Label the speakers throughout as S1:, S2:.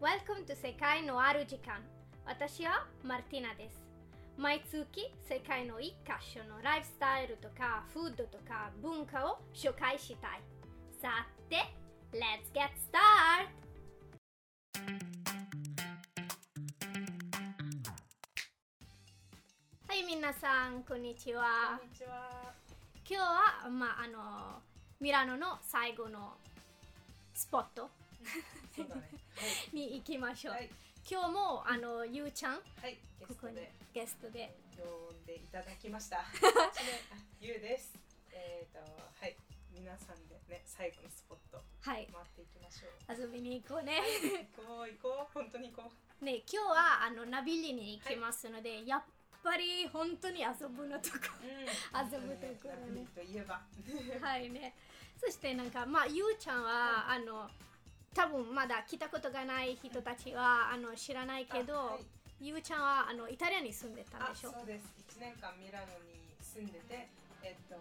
S1: Welcome to 世界のある時間私はマルティナです毎月世界の一箇所のライフスタイルとかフードとか文化を紹介したいさて Let's get started! はい皆さんこんにちは
S2: こんにちは。
S1: 今日は、まあ、あのミラノの最後のスポット
S2: そうだね。
S1: に行きましょう、
S2: はい。
S1: 今日もあのゆうちゃん
S2: はい。ゲ
S1: こ
S2: ス
S1: こ
S2: ト
S1: に
S2: で
S1: ゲストで
S2: 呼んでいただきま した。ゆうです。えっ、とはい。皆さんでね最後のスポット
S1: はい
S2: 回っていきましょう。
S1: 遊びに行こうね
S2: 行こう行こう本当に行こう。
S1: ね今日はあのナビリに行きますので、やっぱり本当に遊ぶのとか
S2: うん
S1: 遊ぶところね
S2: といえば。
S1: はいねそしてなんかまあゆうちゃんは、あの多分まだ来たことがない人たちはあの知らないけど、
S2: あはい
S1: ゆうちゃんはあのイタリアに住んでたん
S2: あ
S1: でしょ
S2: そうです1年間ミラノに住んでてえっと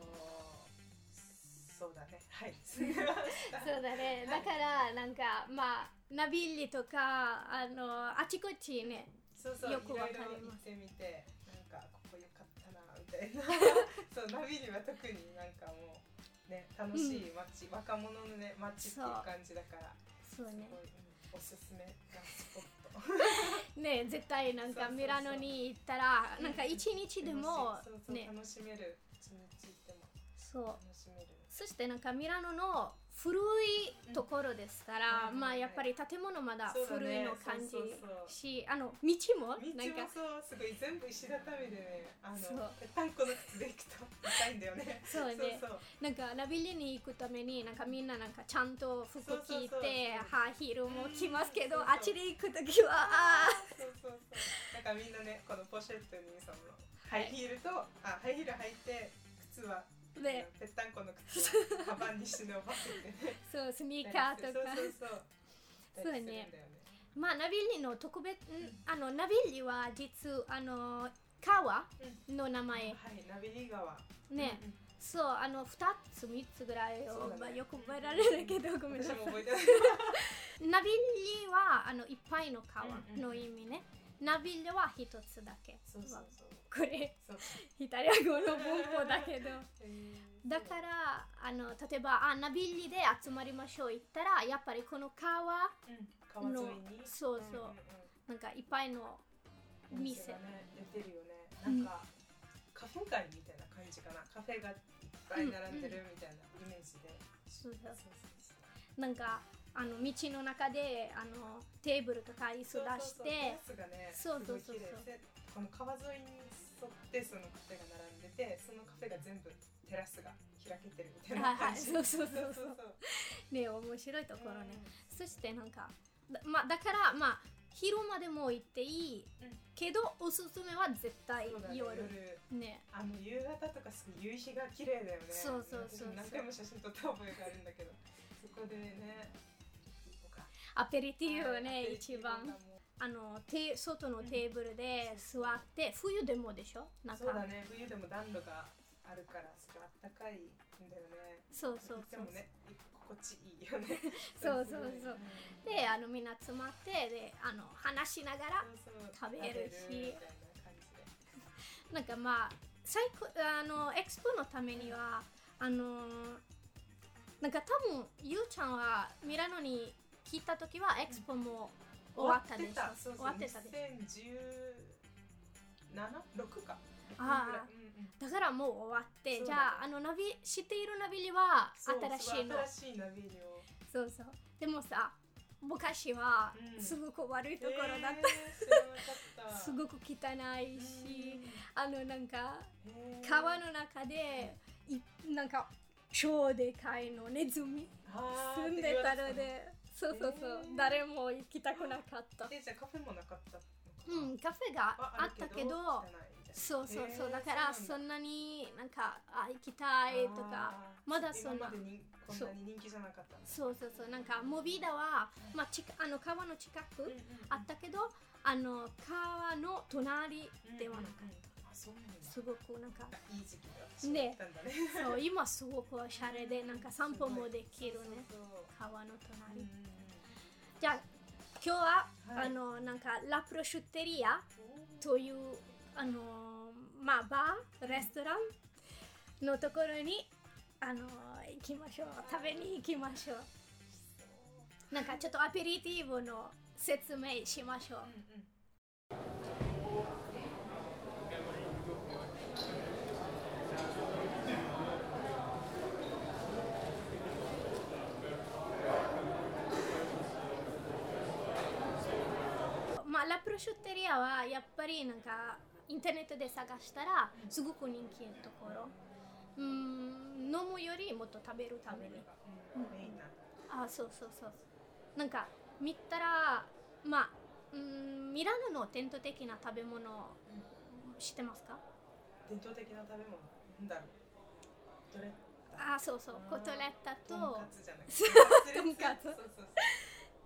S2: そうだねはい住んでました
S1: そうだね、
S2: は
S1: だ
S2: い
S1: からなんかまあナビリとかあのあちこちね
S2: そうそう
S1: よくわかり
S2: いろいろ
S1: ま
S2: 行っ
S1: す
S2: てみてなんかここ良かったなみた いなそうナビには特になんかもうね楽しい街、若者のね街っていう
S1: そう
S2: 感じだから
S1: そう
S2: す
S1: ね
S2: ごい、うんおすすめなスポッ ト
S1: ね絶対なん
S2: そう
S1: か
S2: そうそう
S1: ミラノに行ったら
S2: うん
S1: なんか一日でも
S2: 楽しいそうそう、
S1: ね
S2: 楽しめる一日でも
S1: そう
S2: 楽しめる
S1: そしてなんかミラノの古いところですから、
S2: うん
S1: まあ
S2: はいはいはい
S1: やっぱり建物まだ
S2: そうだ
S1: 古
S2: ね
S1: いの感じ
S2: そうそうそう
S1: し、あの道も
S2: 道も
S1: なんか
S2: そうすごい全部石畳でねあの
S1: そう
S2: ぺったんこの靴で行くと痛いんだよね
S1: そうね
S2: そうそう
S1: なんかナビリに行くためになんかみんななんかちゃんと服
S2: そうそう
S1: 着
S2: そう
S1: てハーヒールも着ますけど、
S2: うん
S1: あっ
S2: そうそう
S1: ちで行くときはあー
S2: そうそうそう。なんかみんなね、このポシェットにそのハ
S1: い
S2: イヒールと、あハイヒール履いて靴は。
S1: ね
S2: ぺったんこの靴をカバンにして伸ばせて ね。
S1: そうスニーカーとか
S2: そうそうそ
S1: そ
S2: う。
S1: うね
S2: 行ったりするんだよね。
S1: まあナビリの特別、んあのナビリは実あの川の名前、
S2: はい、ナビリ川。
S1: ね、
S2: うん
S1: そうあの2つ3つぐらい
S2: そう
S1: を、
S2: だね
S1: まあ、よく覚えられるけどごめんな
S2: 私
S1: さい
S2: も覚えてない。
S1: ナビリはあのいっぱいの川
S2: うんうん
S1: の意味ね、ナビリは一つだけ
S2: そう そうそう。
S1: これ
S2: そう。
S1: イタリア語の文法だけど
S2: えー
S1: だからあの例えばあナビリで集まりましょう行ったらやっぱりこの川
S2: そう、うん、川沿いに。
S1: そうそう、
S2: んんん
S1: なんかいっぱいの
S2: お店がね出てるよねなんか、カフェ街みたいな感じかなカフェがいっぱい並んでるみたいなイメージで、
S1: そうそう
S2: そ
S1: う
S2: そうそう
S1: なんかあの道の中であのテーブルとか椅子出して
S2: そうそうそうテラスがね
S1: そうそうそうそう
S2: すごい綺麗でこの川沿いに沿ってそのカフェが並んでてそのカフェが全部テラスが開けてるみたい
S1: はい
S2: な
S1: は
S2: 感
S1: い
S2: じ
S1: そうそうそうそ
S2: そううそう
S1: ね面白いと
S2: だ
S1: ころね、そしてなんかだ,、まあ、だからまあ昼までも行っていい、
S2: うん
S1: けどおすすめは絶対
S2: そうだね、
S1: 夜
S2: 夜
S1: ね
S2: あの夕方とかすごい夕日が綺麗だよね
S1: そうそうそうそう
S2: 私も何回も写真撮った覚えがあるんだけどそこでね
S1: アペリティブ
S2: は
S1: を
S2: い
S1: ね、
S2: アペリテ
S1: 一
S2: ィブがもう
S1: 番あのて外のテーブルで座って、冬でもでしょなんか
S2: そうだね冬でも暖炉があるからすごいあったかいんだよね
S1: そうそう
S2: で
S1: そう
S2: もね心地いいよね
S1: そうそうそう
S2: うん
S1: であのみんな集まってであの話しながら
S2: そうそう
S1: 食べるし
S2: 食べみたいな感じで
S1: なんかまあ最高あのエクスポのためにはあのなんか多分ゆうちゃんはミラノに来た時はエクスポも終わったでしょ
S2: そうそう
S1: 終わってたでし
S2: 2017?6か
S1: あー
S2: 六ぐらいうんうん
S1: ょだからもう終わって、
S2: そう
S1: じ
S2: だ
S1: ゃ
S2: ね
S1: ああのナビ知っているナビリは
S2: そう
S1: 新しいの
S2: そう新しいナビリを
S1: そうそうでもさ昔は
S2: うん
S1: すごく悪いところだっ
S2: えー知らな
S1: た、
S2: かった
S1: すごく汚いし、あのなんか
S2: うん
S1: 川の中でいなんか超でかいのネズミ
S2: あー
S1: 住んでたのでそうそうそう、
S2: えー
S1: 誰も行きたくなかった
S2: でじゃあカフェもなかったのかな
S1: うんカフェが
S2: は
S1: あったけど
S2: 汚いみたいな
S1: そうそうそう、
S2: えー
S1: だから
S2: そう
S1: そ
S2: なん
S1: なになんかあ行きたいとか
S2: あー
S1: まだそんな
S2: 今までにこんなに人気じゃなかったんです
S1: そうそうそうなんかモビーダは、まあ、ちかあの川の近くあったけどあの川の隣ではなかった、
S2: たあそうなんだ
S1: すごくなんか
S2: いい時期だ
S1: ね
S2: だったんだね
S1: そう今すごくおしゃれでなんか散歩もできるね
S2: そうそうそう
S1: 川の
S2: うん
S1: 隣
S2: うんうん
S1: じゃあ今日は、
S2: はい
S1: あのなんかラプロシュッテリア
S2: お
S1: というあのまあバーレストランのところにあの行きましょう食べに行きましょうなんかちょっとアペリティブの説明しましょう
S2: ーうんうん
S1: まあ、ラプロシュッテリアはやっぱりなんかインターネットで探したらすごく人気のところうーん飲むよりもっと食べるために
S2: うんメインな
S1: あそうそうそうなんか見たらまあうーんミラノの伝統的な食べ物知ってますか
S2: 伝統的な食べ物なんだろうどれ
S1: あそうそうコトレッタ
S2: と
S1: と
S2: んかつじゃない
S1: とんかつ
S2: そうそうそう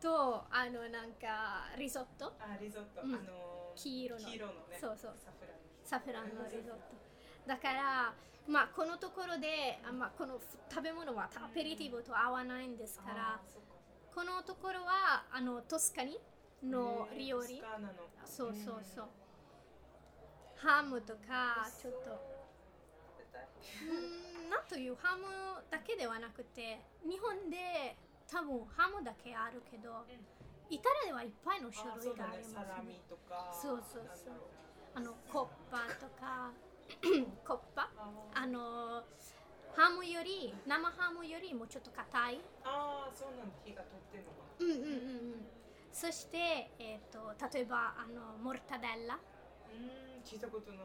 S1: とあのなんかリゾット
S2: あリゾット、
S1: うん
S2: あのー
S1: 黄色の
S2: 黄色のね
S1: そうそう
S2: サフラン
S1: サフランのリゾットだからまあこのところであ、まあ、この食べ物はアペリティブと合わないんですから
S2: あーそっか
S1: このところはあのトスカニの
S2: へー
S1: 料
S2: トス
S1: 理
S2: カーナの
S1: そうそうそう
S2: う
S1: ハムとかちょっと
S2: 食べたいう
S1: ーんなんというハムだけではなくて日本で多分ハムだけあるけど、イタリアではいっぱいの種
S2: あーそ
S1: 類
S2: う
S1: があ
S2: だね
S1: りま
S2: サ
S1: す
S2: ラ
S1: ね
S2: ミとか
S1: そうそうそう
S2: なんだ
S1: あの
S2: ろ
S1: コッパとか コッパ
S2: あー
S1: あのハムより生ハムよりもちょっと硬い
S2: あーそうなんだ火が通ってるのか
S1: うんうんうんうんそして、えー、と例えばあのモルタデッラ
S2: うーん聞いたことない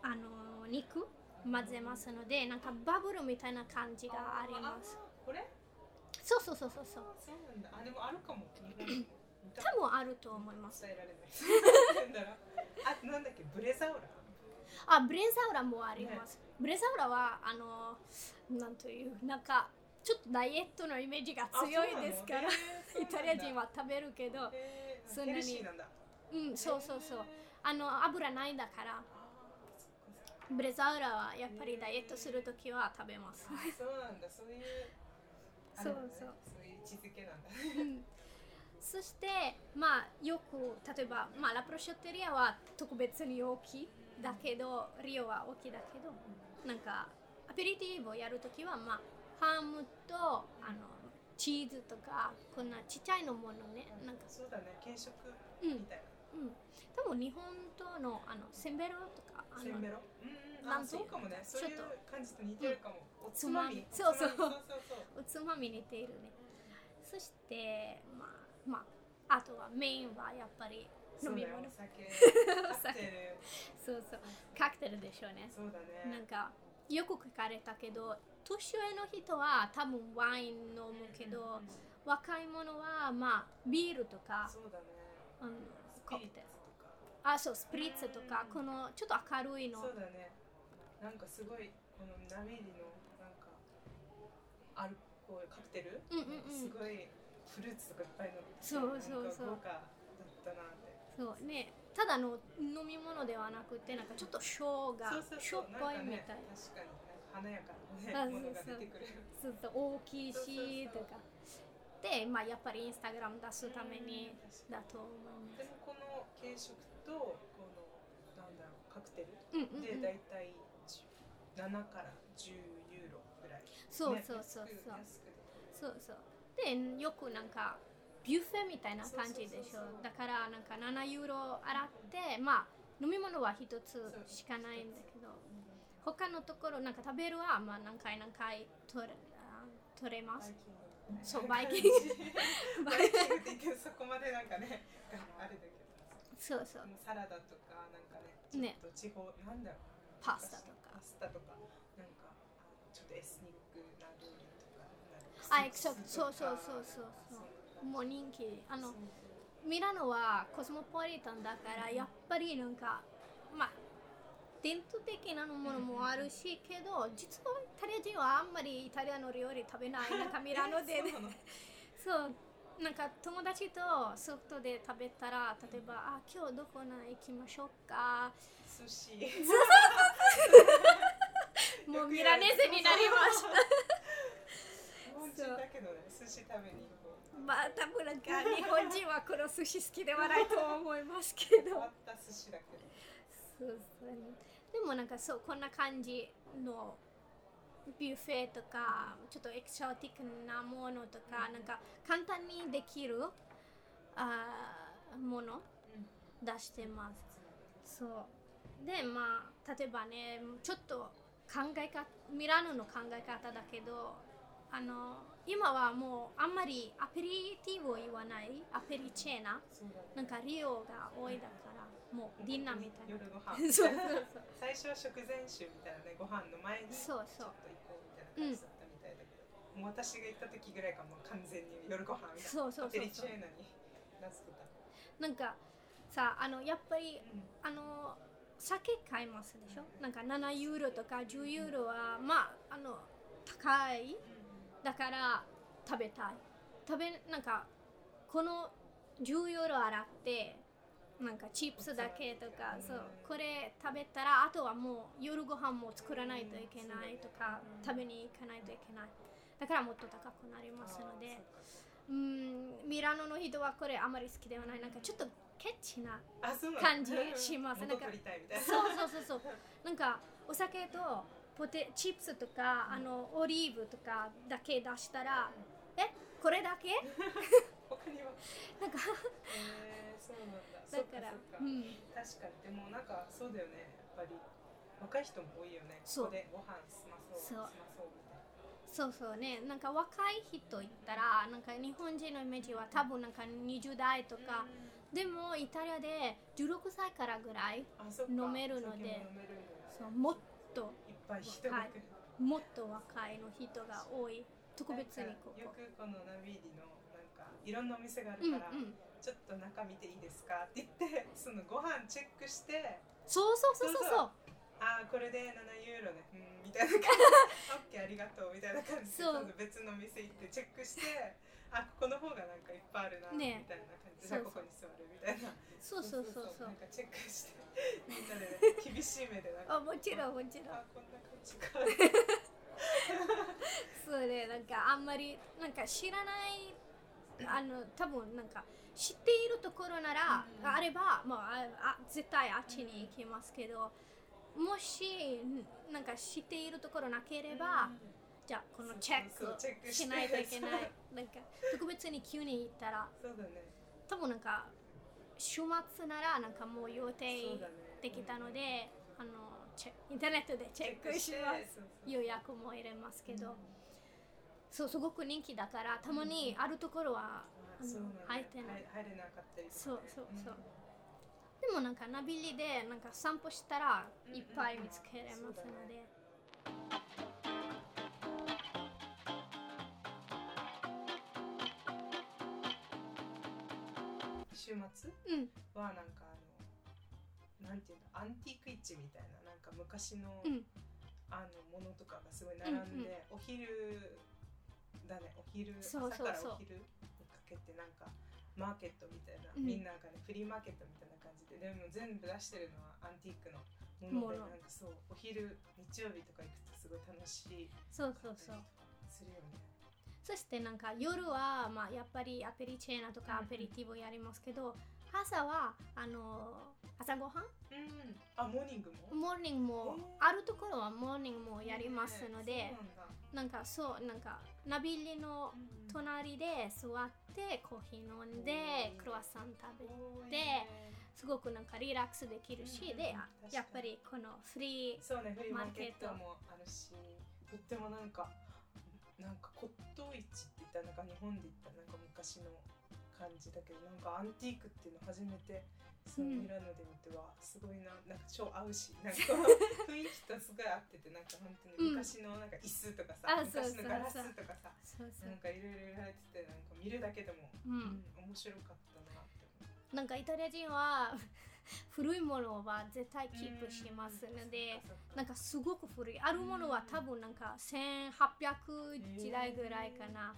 S1: あの肉混ぜますのでなんかバブルみたいな感じがあります
S2: あーこれ
S1: そうそうそうそうそう
S2: あそうなんだあでもあるかも日本にも見た
S1: 多分あると思います
S2: 伝えられないなんだろうあなんだっけブレザオラ
S1: あブレザウラもあります、ブレザウラはあのなんというなんかちょっとダイエットのイメージが強いですから、 イタリア人
S2: は
S1: は食べるけどそんなに
S2: ヘルシーなんだ
S1: うんそうそうそう
S2: へー
S1: あの油ないんだから
S2: あーそっかそっか
S1: ブレザウラはやっぱりダイエットするときは食べます、
S2: あそうなんだそういうあれなんだね
S1: そう
S2: そういう位置づけなんだ
S1: うんそしてまあよく例えば、まあ、ラプロショッテリアは特別に大きいだけどリオは大きいだけどなんかアペリティーブをやるときは、まあ、ハムとあのチーズとかこんなちっちゃいのものねなんか
S2: そうだね軽食
S1: うんう
S2: みたい
S1: ん多分日本とのあのセンベロとかあ
S2: な
S1: の
S2: せんべろうんうん
S1: な
S2: あ
S1: んてい
S2: そううかもねそういう
S1: ちょっ
S2: 感じと似てるかもおつ
S1: つま
S2: ま
S1: み
S2: み
S1: そうそう
S2: おつまみそうそう
S1: おつまみに似ているねそしてまあまああとはメインはやっぱり
S2: そう
S1: 飲み
S2: そうだよ
S1: 物
S2: お酒 カクテル
S1: そうそうカクテルでしょうね
S2: そうだ
S1: なん
S2: ね
S1: かよく聞かれたけど年上の人は多分ワイン飲むけ
S2: うんう
S1: ど
S2: んうん
S1: 若い者はまあビールとか
S2: そうだね
S1: あの
S2: スピ
S1: コ
S2: リ
S1: クテ
S2: ッツと
S1: ル
S2: か
S1: あそうスプリッツとか
S2: うん
S1: このちょっと明るいの
S2: そうだねなんかすごいこのナメリのなんかアルコールカクテル、
S1: うんうんうん
S2: すごいフルーツとかいっぱいのって
S1: そうそうそう
S2: なんか豪華だったなって
S1: そうねただの飲み物ではなくてなんかちょっと生姜
S2: そう
S1: しょ
S2: そう
S1: っ
S2: そう
S1: ぱい
S2: なんか
S1: み
S2: ね
S1: たい
S2: 確かに華やか
S1: あ
S2: なねもの
S1: そ
S2: が
S1: うそう
S2: 出てくる
S1: ずっと大きい
S2: そうそう
S1: しと
S2: そう
S1: かでまあやっぱりインスタグラム出すために
S2: うん確か
S1: だと思い
S2: に
S1: ま
S2: ですもこの軽食とこのなんだろうカクテル
S1: うんうん
S2: で
S1: う
S2: 大
S1: ん
S2: 体7から10ユーロぐらい、ね、
S1: そうそうそう
S2: 安く
S1: そう
S2: 安くで
S1: そうそうでよくなんかビュッフェみたいな感じでし
S2: そう
S1: ょ
S2: そうそうそ
S1: だ
S2: う
S1: からなんか7ユーロ洗ってまあ飲み物は一つしかないんだけど他のところなんか食べるはまあ何回何回取れあ取れま
S2: バイ
S1: す
S2: キングみたいな
S1: そうバイキング
S2: 感 じバイキングって言うけどそこまでなんかねがあれだけど
S1: そうそう
S2: もうサラダとかなんかねちょ
S1: ね
S2: っと地方、なんだろう
S1: パスタとか
S2: パスタとかなんかあのちょっとエスニックな料理とかなんだろう
S1: あ
S2: スープ
S1: そう
S2: とか
S1: そうそうそうそう
S2: そんな
S1: もう
S2: 感じ
S1: 人気あの
S2: そうそう
S1: ミラノはコスモポリタンだからやっぱりなんかまあ伝統的なものもあるしけど実はイタリア人はあんまりイタリアの料理食べないなんかミラノで
S2: えそうなの
S1: そうなんか友達と外で食べたら例えば「あ今日どこな行きましょうか
S2: 寿司」
S1: もうミラネーゼになりました
S2: た日本人だけどね寿司食べに行こう
S1: まあ田村が日本人はこの寿司好きではないと思いますけ
S2: 変
S1: ど
S2: わった寿司だけど
S1: そうそうねでもなんかそうこんな感じのビュッフェとかちょっとエキゾティックなものとか、
S2: うん
S1: なんか簡単にできるあーもの
S2: うん
S1: 出してますそうでまあ例えばねちょっと考え方ミラノの考え方だけどあの今はもうあんまりアペリティブを言わないアペリチェーナ
S2: そうだね
S1: なんかリオが多いだからもうディナーみたいな
S2: 夜ご飯
S1: そうそう
S2: 最初は食前酒みたいなねご飯の前にち
S1: そう
S2: ょっ
S1: そう
S2: と行こうみたいな感じだったみたいだけど、もう私が行った時ぐらいからもう完全に夜ご飯みたいな
S1: そうそうそう
S2: アペリチ
S1: そう
S2: ェーナに名付けた、う
S1: なんかさあのやっぱり
S2: ん、
S1: あの酒買いますでしょなんか7ユーロとか10ユーロはまああの高いだから食べたい食べなんかこの10ユーロ洗ってなんかチップスだけとか
S2: うん
S1: そうこれ食べたらあとはもう夜ご飯も作らないといけないとか
S2: うん
S1: 食べに行かないといけないだからもっと高くなりますのでうんミラノの人はこれあまり好きではないなんかちょっとケチな
S2: あそうなの
S1: 感じします
S2: 元取りたいみたいな
S1: そうそうそうそう なんかお酒とポテチップスとかあのオリーブとかだけ出したらえこれだけ
S2: 他には
S1: なんか
S2: えー、そうなんだ
S1: だから
S2: そっそっか
S1: うん
S2: 確かにでもなんかそうだよねやっぱり若い人も多いよね
S1: そう
S2: ここでご飯済まそう
S1: そ
S2: 済
S1: う
S2: まそうみたいな
S1: そうそうねなんか若い人言ったらなんか日本人のイメージは多分なんか20代とか
S2: う
S1: でもイタリアで16歳からぐらい
S2: んあそっか
S1: 飲めるので
S2: 酒も飲め
S1: そうもっ
S2: るんだ
S1: と
S2: いっぱい人が来る、
S1: もっと若いの人が多い特別にこ
S2: な
S1: こ
S2: んかよくこのナビーリのなんかいろんなお店があ
S1: うんう
S2: るから、
S1: ん
S2: ちょっと中見ていいですかって言って そのご飯チェックして
S1: そうそうそうそうそう
S2: ああこれで7ユーロねうんみたいな感 じオッケーありがとうみたいな感じで
S1: そう
S2: 今度別の店行ってチェックしてあここの方がなんかいっぱいあるな、
S1: ね
S2: みたいな感じでじ
S1: そ
S2: ゃあ
S1: う
S2: ここに座るみたいな
S1: そうそうそうそう
S2: なんかチェックしてみんなで、厳しい目でなんか
S1: あもちろんもちろん
S2: あこんな感じかう
S1: そうねなんかあんまりなんか知らないあの多分なんか知っているところなら、
S2: うん
S1: あれば、まあ、ああ絶対あっちに行きますけどもしなんか知っているところなければ、
S2: ん
S1: じゃあこのチェッ
S2: そうそうそうチェッ
S1: ク
S2: クして
S1: しないといけない なんか特別に急に行ったら
S2: そうだね
S1: 多分なんか週末ならなんかもう予定
S2: そうだね
S1: できたので、
S2: うん
S1: あのチェインターネットでチェックします
S2: そうそう
S1: 予約も入れますけど。
S2: うん
S1: そうすごく人気だからたまにあるところは
S2: あ
S1: あの
S2: そうなんだ
S1: 入ってない
S2: 入入れなかったりとかね
S1: そうそうそうんでもなんかナビリでなんか散歩したら
S2: うん
S1: いっぱい見つけれますの
S2: そうだ
S1: で
S2: ね週末
S1: うん
S2: はなんかあのなんていうのアンティーク市みたいななんか昔の、
S1: うん
S2: あのものとかがすごい並んで、お昼だねお昼
S1: そうそうそう
S2: 朝からお昼にかけてなんかマーケットみたいな、
S1: うん
S2: みんながねフリーマーケットみたいな感じででも全部出してるのはアンティークのもので
S1: もの
S2: なんかそうお昼日曜日とか行くとすごい楽しい
S1: そうそ
S2: 感
S1: う
S2: じ
S1: そ
S2: と
S1: う
S2: かするよね。
S1: そしてなんか夜はまあやっぱりアペリチェーナとかア
S2: うん
S1: ペリティブやりますけど朝はあの朝ごはん
S2: うん、あモーニングも
S1: モーニングも
S2: え
S1: あ
S2: ー
S1: るところはモーニングもやりますので
S2: そうなん
S1: なん
S2: だ
S1: かそうなんかナビリの隣で座ってコーヒー飲んで
S2: うん
S1: クロワッサン食べて
S2: うん
S1: ですごくなんかリラックスできるし、
S2: うん
S1: であや
S2: 確かに
S1: っぱりこのフリ
S2: そうね、フリーマーケットもあるし、とってもなんか、なんか骨董市って言ったらなんか日本で言ったらなんか昔の感じだけど、なんかアンティークっていうの初めて、その
S1: うん
S2: ミラノで見ては、すごいな、なんか超合うし、なんか雰囲気とすごい合ってて、なんか本当に昔のなんか椅子とか
S1: あ
S2: さ、
S1: そうそう
S2: 昔
S1: そう
S2: のガラスとかさ、
S1: ーそうそ
S2: な
S1: う、
S2: んかいろいろやってて、なんか見るだけでも、
S1: うん
S2: うん面白かったなって思う。
S1: なんかイタリア人は 古いものは絶対キープしますので、
S2: うん、
S1: なんかすごく古いあるものは多分なんか1800時代ぐらいかな、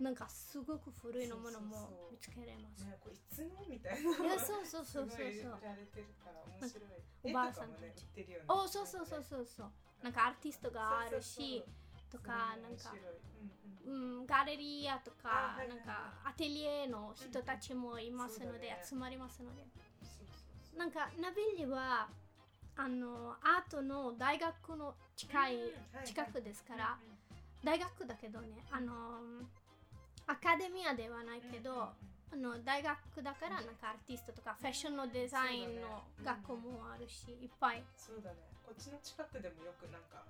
S1: なんかすごく古いのもの
S2: そうそう
S1: も
S2: そう
S1: 見つけれます
S2: ね、これいつのみたいな。
S1: いやそうそう
S2: す
S1: そ
S2: ご
S1: うそう
S2: い
S1: そ
S2: 売
S1: う
S2: られてるから面白い。
S1: おばあさん
S2: 絵とかもね
S1: たち
S2: 売ってるよね。
S1: おそうそうそうそうそうなんかアーティストがあるし
S2: そうそうそう
S1: とかなん
S2: そ
S1: か
S2: う面白いうんうん
S1: うん、ガレリアとか
S2: あはいはい
S1: な
S2: はい
S1: んかアテリエの人たちもいますので、
S2: うんうん
S1: 集まりますので
S2: そうそうそう
S1: なんかナビリはあのアートの大学の近い近くですから、大学だけどねあのアカデミアではないけど、あの大学だからなんかアーティストとかファッションのデザインの学校もあるし、いっぱい
S2: そうだねこっちの近くでもよくなんか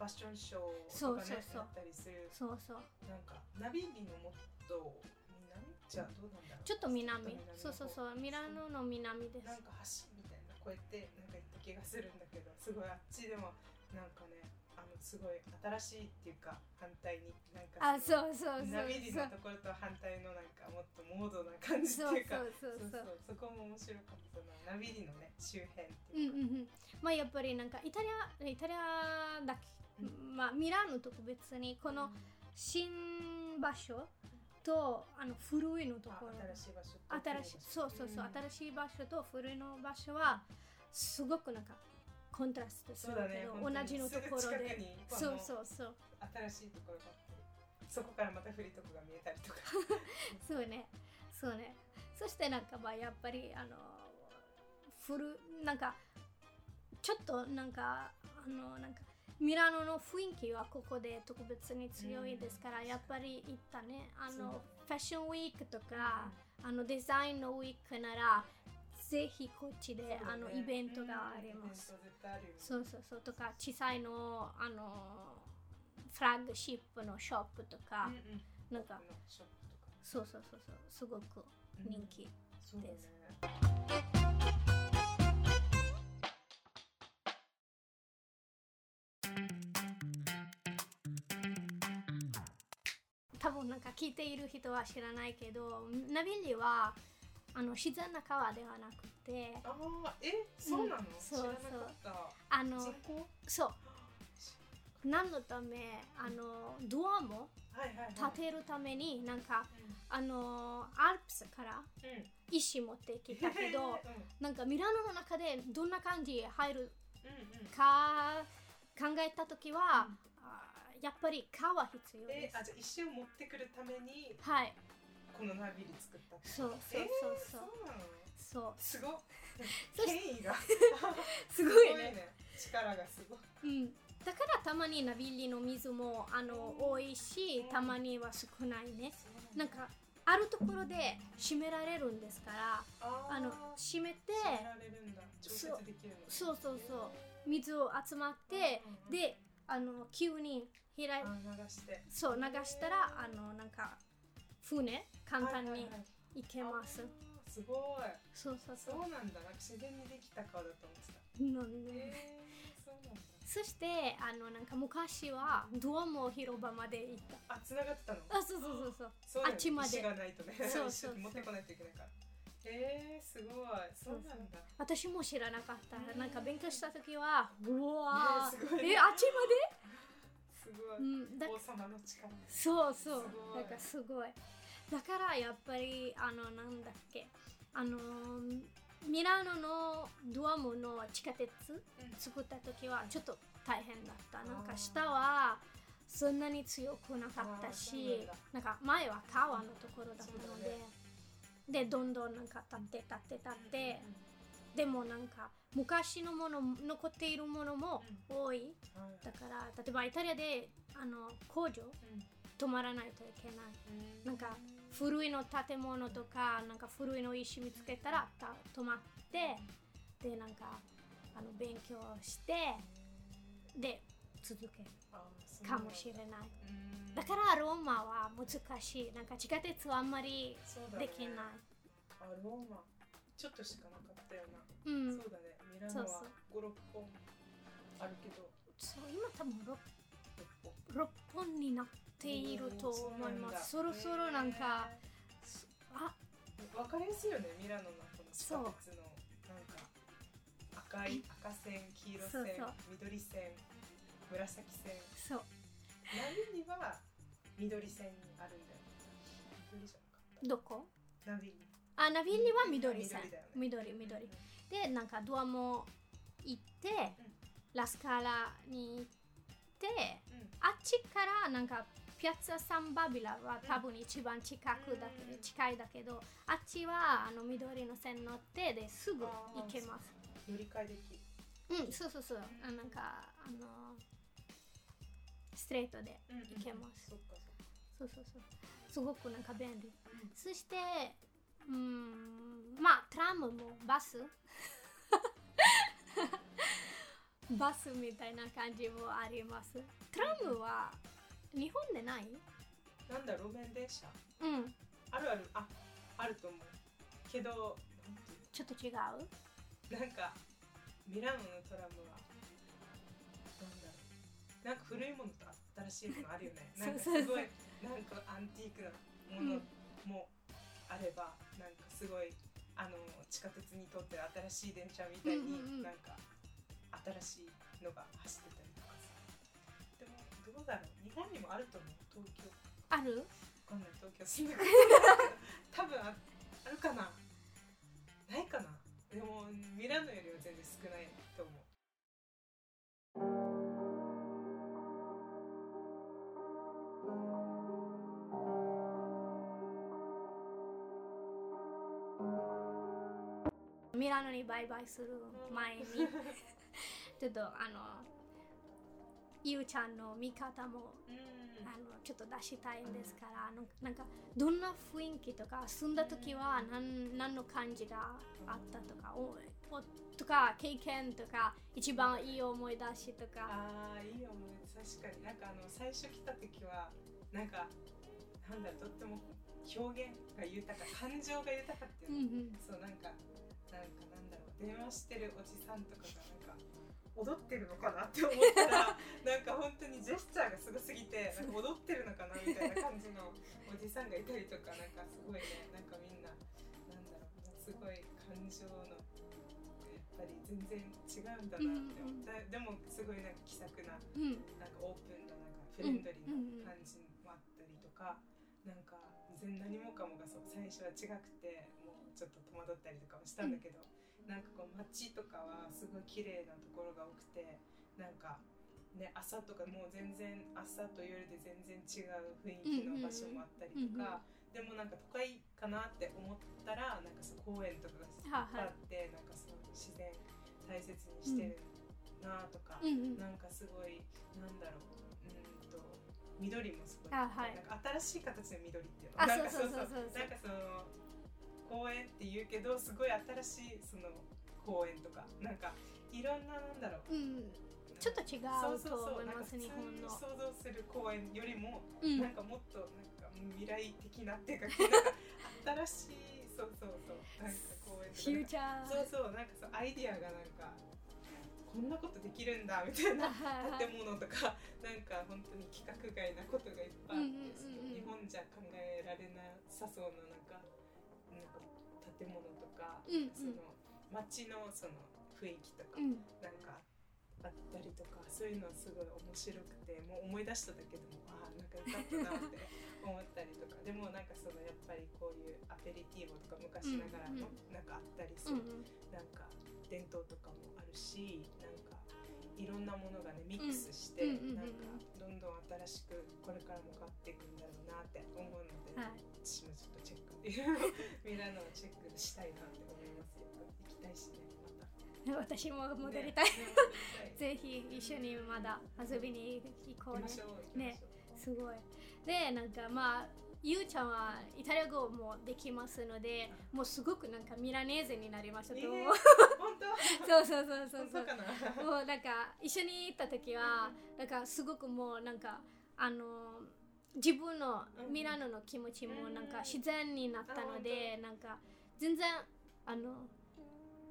S2: ファッションショ
S1: そ
S2: ー
S1: う
S2: とか
S1: そう
S2: ね
S1: そう
S2: やったりする
S1: そうそう
S2: なんかナビリのもっと南じゃあどうなんだろう
S1: ちょっと南
S2: ちょっの
S1: そうそ
S2: 方
S1: うそうミラノの南です
S2: なんか橋みたいなこうやってなんか行った気がするんだけどすごいあっちでもなんかねあのすごい新しいっていうか反対になんか
S1: あ
S2: う
S1: そうそうそうそう
S2: ナビリのところと反対のなんかもっとモードな感じ
S1: そう
S2: っていうか
S1: そうそうそう
S2: そこも面白かったなナビリのね周辺
S1: うん
S2: っていううんか、
S1: うんまあやっぱりなんかイタリアイタリアだけ、まあミラノ特別にこの新場所とあの古いのと
S2: あ
S1: ころ
S2: 新しい場所と
S1: 新しいそうそうそう、
S2: ん
S1: 新しい場所と古いの場所はすごくなんかコントラストす
S2: そう
S1: る
S2: だ
S1: け
S2: ね
S1: ど、
S2: 本当
S1: 同
S2: に
S1: じのところ
S2: すぐ近く
S1: で
S2: にこの
S1: そうそうそう
S2: 新しいところがあってそこからまたフリートークが見えたりとか
S1: そうねそうねそしてなんかまあやっぱりあの古なんかちょっとなんかあのなんかミラノの雰囲気はここで特別に強いですから、
S2: うん
S1: やっぱり行ったねあ
S2: そうだ
S1: の
S2: ね
S1: ファッションウィークとか、あのデザインのウィークならぜひこっちで、
S2: そうだね
S1: あのイベントがあります、
S2: うんイベント絶対あるよね
S1: そうそうそうとか小さいのあのフラッグシップのショップとか、
S2: うんうん
S1: なんか
S2: ショップとか
S1: そうそうそうそうすごく人気、
S2: そうだね
S1: です多分なんか聞いている人は知らないけどナビリはあの自然な川ではなくて
S2: ああえそう
S1: う
S2: なの、
S1: ん
S2: 知らなかった
S1: あの
S2: 人口
S1: そう何のためあのドアも
S2: はいはいはい
S1: 建てるためになんか
S2: うん
S1: あのアルプスから
S2: うん
S1: 石持ってきたけ
S2: うん
S1: どなんかミラノの中でどんな感じ入る
S2: うんうん
S1: か考えた時は、あーやっぱり川必要で
S2: え
S1: す
S2: あじゃあ石を持ってくるために
S1: はい
S2: このナビリ作ったって
S1: そうそう
S2: えー
S1: そうそう、
S2: そうなの
S1: そう
S2: すごっ
S1: そして
S2: 権威が
S1: すご
S2: すごい
S1: いね
S2: ね力がすごい
S1: うん、だからたまにナビリの水もあの多いし
S2: うん
S1: たまには少ないね
S2: そう
S1: なんかあるところで閉められるんですから
S2: あー
S1: あの閉めて
S2: そうやられるんだ調節できるの
S1: そうそうそう水を集まってであの急に開い
S2: あ流して
S1: そう流したらあのなんか船簡単
S2: はい
S1: に
S2: はいはい
S1: 行けます、
S2: あーすごい
S1: そうそう
S2: そ
S1: そう
S2: うなんだなんか自然にできた顔だと思ってた
S1: なんで
S2: えー、そうなんだ
S1: そしてあのなんか昔はドアも広場まで行った
S2: あ繋がってたの
S1: あそうそうそうそう
S2: そうだよ
S1: あっちまで
S2: 石がないとね
S1: そうそうそう
S2: 石持ってこないといけないからえー、すごいそうなんだ
S1: 私も知らなかった
S2: うん
S1: なんか勉強した時はうわ
S2: ね
S1: ー
S2: すごいね
S1: えあっち
S2: すご
S1: ま
S2: い、
S1: で、うん、だ
S2: 王様の力
S1: そうそう
S2: すご
S1: な
S2: い
S1: んかすごいだからやっぱりあのなんだっけあのーミラノのドアモの地下鉄作った時はちょっと大変だったなん
S2: あ
S1: か
S2: ー
S1: 下はそんなに強くなかったし
S2: あー
S1: なんか前は川のところだったので、
S2: そうだね
S1: でどんどんなんか立って立って立って、でもなんか昔のもの残っているものも多い
S2: うんはい
S1: だから例えばイタリアであの工場止まらないといけない
S2: うん
S1: なんか古いの建物とかなんか古いの石見つけたらた止まってでなんかあの勉強してで続ける
S2: あーそうな
S1: か
S2: んだ
S1: もしれない
S2: うん
S1: だからローマは難しいなんか地下鉄はあんまり
S2: そうだね
S1: できない
S2: あローマちょっとしかなかったよな、
S1: うん
S2: そうだねミラノは
S1: そう
S2: 56本あるけど
S1: そう今多分ろ
S2: 六
S1: 6
S2: 本
S1: 本になっていると思いますそ
S2: おー
S1: ろそろなんか、
S2: へ
S1: そあ
S2: ーわかりやすいよねミラノのこの地
S1: そ
S2: 下
S1: う
S2: 鉄のなんか赤い赤線黄色線
S1: そうそう
S2: 緑線紫線
S1: そう
S2: 波には緑線あるんだよ緑じゃ
S1: ど
S2: なかっ
S1: こ
S2: た波に
S1: あナビリは緑さん
S2: 緑だよね
S1: 緑緑でなんかドアも行って、ラスカラに行って
S2: うん
S1: あっちからなんかピピアッツァ・サン・バビラは多分一番近くだけ
S2: うん
S1: 近いだけどあっちはあの緑の線乗ってですぐ行けます
S2: 乗り換えできる
S1: うんそうそうそうあなんかあのストレートで
S2: うんうん
S1: いけます
S2: そっかそっか
S1: そうそうそうすごくなんか便利
S2: うん
S1: そしてうんまあトラムもバス バスみたいな感じもありますトラムは日本でない
S2: なんだ路面電車
S1: うん
S2: あるあるああると思うけどなんていう
S1: ちょっと違う
S2: のなんかミラノのトラムはなんだろうなんか古いものと新しいものあるよね
S1: そう
S2: なんかす
S1: そうそう
S2: ごいなんかアンティークなものもあれば、なんかすごいあの地下鉄にとってる新しい電車みたいに、
S1: うんうんうん
S2: なんか新しいのが走ってたりとかさでもどうだろう日本にもあると思う東京
S1: ある
S2: わかんない東京住ん でる多分ああるかなないかなでもミラノよりは全然少ないと思う
S1: ミラノにバイバイする前にちょっとあのゆうちゃんの見方も
S2: うん
S1: あのちょっと出したいんですからあのなんかどんな雰囲気とか住んだ時は何何の感じがあったとかおおとか経験とか一番いい思い出しとか
S2: ああいいよね確かになんかあの最初来た時はなんかなんだろうとっても表現が豊か感情が豊かっていううんの、
S1: うん
S2: そうなんかなんかなんだろう電話してるおじさんとかがなんか踊ってるのかなって思ったら なんか本当にジェスチャーがすごすぎてなんか踊ってるのかなみたいな感じのおじさんがいたりとかなんかすごいねなんかみんななんだろうすごい感情のやっぱり全然違うんだなって思った、でもすごいなんか気さくな
S1: うん
S2: なんかオープンななんかフレンドリーな感じもあったりとか、なんか全然何もかもがそう最初は違くてもうちょっと戸惑ったりとかもしたんだけど、なんかこう街とかはすごい綺麗なところが多くてなんか。ね、朝とかもう全然朝と夜で全然違う雰囲気の場所もあったりとか、でもなんか都会かなって思ったらなんかそう公園とかがいっ
S1: は
S2: ぱいあって、なんかそう自然大切にしてるなとか、
S1: いうんうん
S2: なんかすごいなんだろううんと緑もすごい
S1: あはい
S2: なんか新しい形の緑っていうの
S1: あ
S2: なんか
S1: そうそうそうそうそう
S2: なんかその公園って言うけどすごい新しいその公園とかなんかいろんななんだろう
S1: うんちょっと違
S2: そう
S1: う
S2: そ
S1: と
S2: うそ
S1: 思
S2: う
S1: い
S2: なんか
S1: ま
S2: 普通
S1: す日
S2: に
S1: 本の
S2: 想像する公園よりも、
S1: うん
S2: なんかもっとなんか未来的なっていうかなんか新しいそうそうそうなんか公園と
S1: フ
S2: か
S1: ューチャー
S2: そうそうなんかそうアイディアがなんかこんなことできるんだみたいな
S1: はいはい
S2: 建物とか なんか本当に規格外なことがいっぱいあって、
S1: うんうんうんうん
S2: 日本じゃ考えられなさそうななんかなんか建物とか、
S1: うんうん
S2: その街のその雰囲気とか、
S1: うん
S2: なんかあったりとかそういうのはすごい面白くてもう思い出しただけでもああなんかよかったなって思ったりとかでもなんかそのやっぱりこういうアペリティーボとか昔ながらの
S1: うんう
S2: なんかあったりす
S1: うんう
S2: る
S1: ん
S2: なんか伝統とかもあるしなんかいろんなものがねミックスして、
S1: うんうんうんうん
S2: なんかどんどん新しくこれからも変わっていくんだろうなって思うので、
S1: はい
S2: 私もちょっとチェック ミラノをチェックしたいなって思いますよ行きたいしねまた
S1: 私も戻りたい
S2: ね戻り たい
S1: ぜひ一緒にまだ遊びに行こう
S2: 行きま
S1: ね
S2: しょう行きま
S1: ね
S2: しょう
S1: すごい。で、なんかまあ、ゆうちゃんはイタリア語もできますので、もうすごくなんかミラネーゼになりましたと思う。
S2: えー本当
S1: そうそうそうそう
S2: 本
S1: そ
S2: 当
S1: う。
S2: かな
S1: もうなんか一緒に行った時は、なんかすごくもうなんかあの自分のミラノの気持ちもなんか自然になったので、なんか全然あの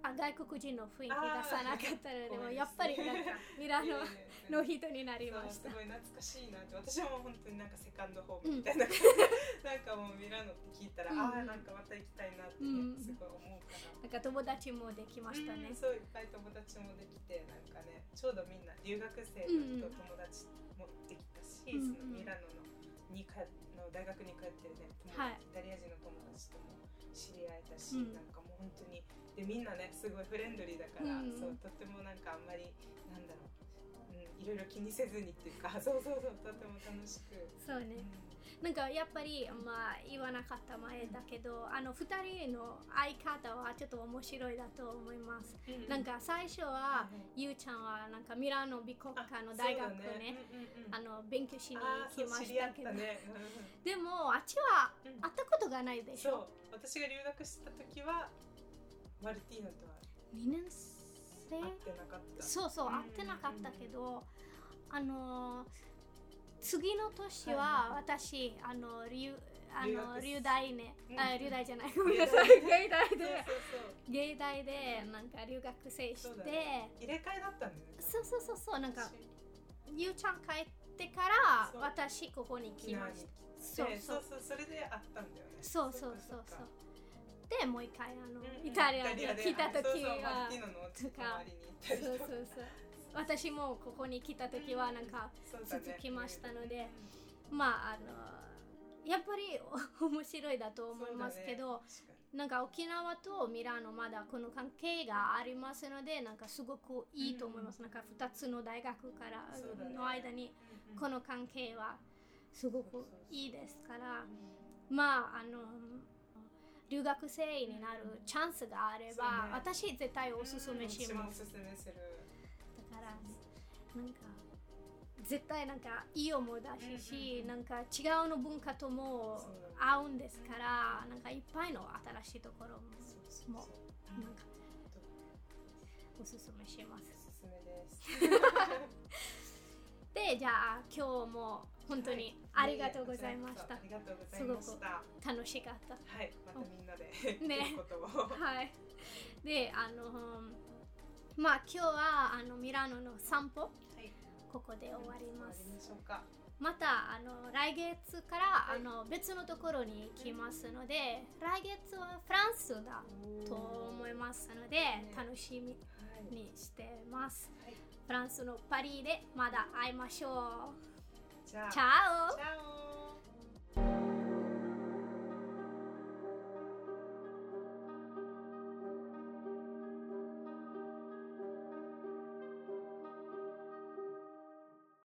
S1: あ外国人の雰囲気出さなかったので、もう
S2: あー
S1: やっぱりなんかミラ
S2: いい
S1: ノ
S2: ね
S1: の人になりまし
S2: そう
S1: た。
S2: すごい懐かしいなって私も本当になんかセカンドホームみたいな感じ、なんかもうミラノって聞いたら、
S1: うん
S2: ああなんかまた行きたいなってね、
S1: うん
S2: すごい思うか
S1: なん
S2: ら。
S1: か友達もできましたね。
S2: うんそういっぱい友達もできてなんかねちょうどみんな留学生
S1: うん
S2: の人、
S1: うん
S2: 友達もできたし、
S1: うんうん
S2: そのミラノのにかの大学に通ってるね友
S1: は
S2: 達
S1: い
S2: イタリア人の友達とも知り合えたし、
S1: うん
S2: なんかもう本当にでみんなねすごいフレンドリーだから、
S1: うん
S2: そうとってもなんかあんまりなんだろう、うん、いいろいろ気にせずにっていうか そうそうそうとても楽しく、
S1: そうねなんかやっぱりまあ言わなかった前だけどあの2人の相方はちょっと面白いだと思います、
S2: うん
S1: なんか最初は、
S2: うん
S1: ゆうちゃんはなんかミラノ美国
S2: あ
S1: 家の大学
S2: そう
S1: ね
S2: だうんうんうん
S1: あの勉強しに
S2: あー
S1: 来ましたけど
S2: そう知り合ったね
S1: でもあっちは
S2: うんうん
S1: 会ったことがないでし
S2: そ
S1: ょ
S2: う私が留学した時はマルティーノとは
S1: 2年
S2: 会っ
S1: 生
S2: てなかった
S1: そうそう
S2: うん
S1: 会ってなかったけど、あのー次の年
S2: はい
S1: は私、あの留あ
S2: 留学
S1: の
S2: す
S1: 留大ね、
S2: うん
S1: あ留大じゃないごめん なさい芸大
S2: そうそう
S1: で
S2: そう
S1: 芸大でなんか留学生して
S2: そうだね入れ替えだったんだよね
S1: そう,、そうそうそうなんか
S2: 私
S1: ゆうちゃん帰ってから
S2: そう
S1: 私ここに
S2: 沖
S1: 来ま
S2: 縄
S1: し
S2: に
S1: た
S2: そ
S1: そううそう
S2: そうそれであったんだよね
S1: そうそうそう
S2: っか
S1: そ
S2: っか
S1: うでもう一回あの、
S2: うんうん
S1: イタリアで来た
S2: イタリ
S1: 時
S2: アであ
S1: は
S2: そうそうマルティーノの周りに行った
S1: そう
S2: りと
S1: そう
S2: か
S1: そう私もここに来た時はなんか、
S2: そうだね
S1: 続きましたので
S2: うん
S1: まああのやっぱりお面白いだと思いますけど、
S2: そうだね
S1: なんか沖縄とミラノまだこの関係がありますのでなんかすごくいいと思います、
S2: う
S1: な
S2: ん
S1: んか2つの大学から
S2: そうだね
S1: の間に
S2: 確かに
S1: この関係はすごくいいですから
S2: う、ん
S1: まああの留学生になるチャンスがあれば、
S2: そう
S1: 私絶対おすすめし
S2: うん私も
S1: ま
S2: お
S1: す、
S2: すすめする
S1: だからなんか絶対なんかいい思い出すし、
S2: うんう
S1: な
S2: ん
S1: んか違うの文化とも
S2: そうだね
S1: 合うんですからなんかいっぱいの新しいところも
S2: そうそう
S1: も
S2: そう
S1: なんかおすすめしま
S2: お
S1: す
S2: すすめです
S1: でじゃあ今日も本当にありがとうございまし
S2: は
S1: た
S2: こちらこそありがとうございました
S1: 楽しかった
S2: はいまたみんなで
S1: ね
S2: いいことを
S1: はい。で、あのーまあ今日はあのミラノの散歩
S2: はい
S1: ここで終わります。
S2: 終わりましょうか
S1: またあの来月から、
S2: は
S1: あ
S2: い
S1: の別のところに行きますので、来月はフランスだと思い
S2: す
S1: ますので、
S2: ね
S1: 楽しみ
S2: はい
S1: にしてます。
S2: はい
S1: フランスのパリでまだ会いましょう。
S2: じゃあ
S1: チャオ。
S2: チャオ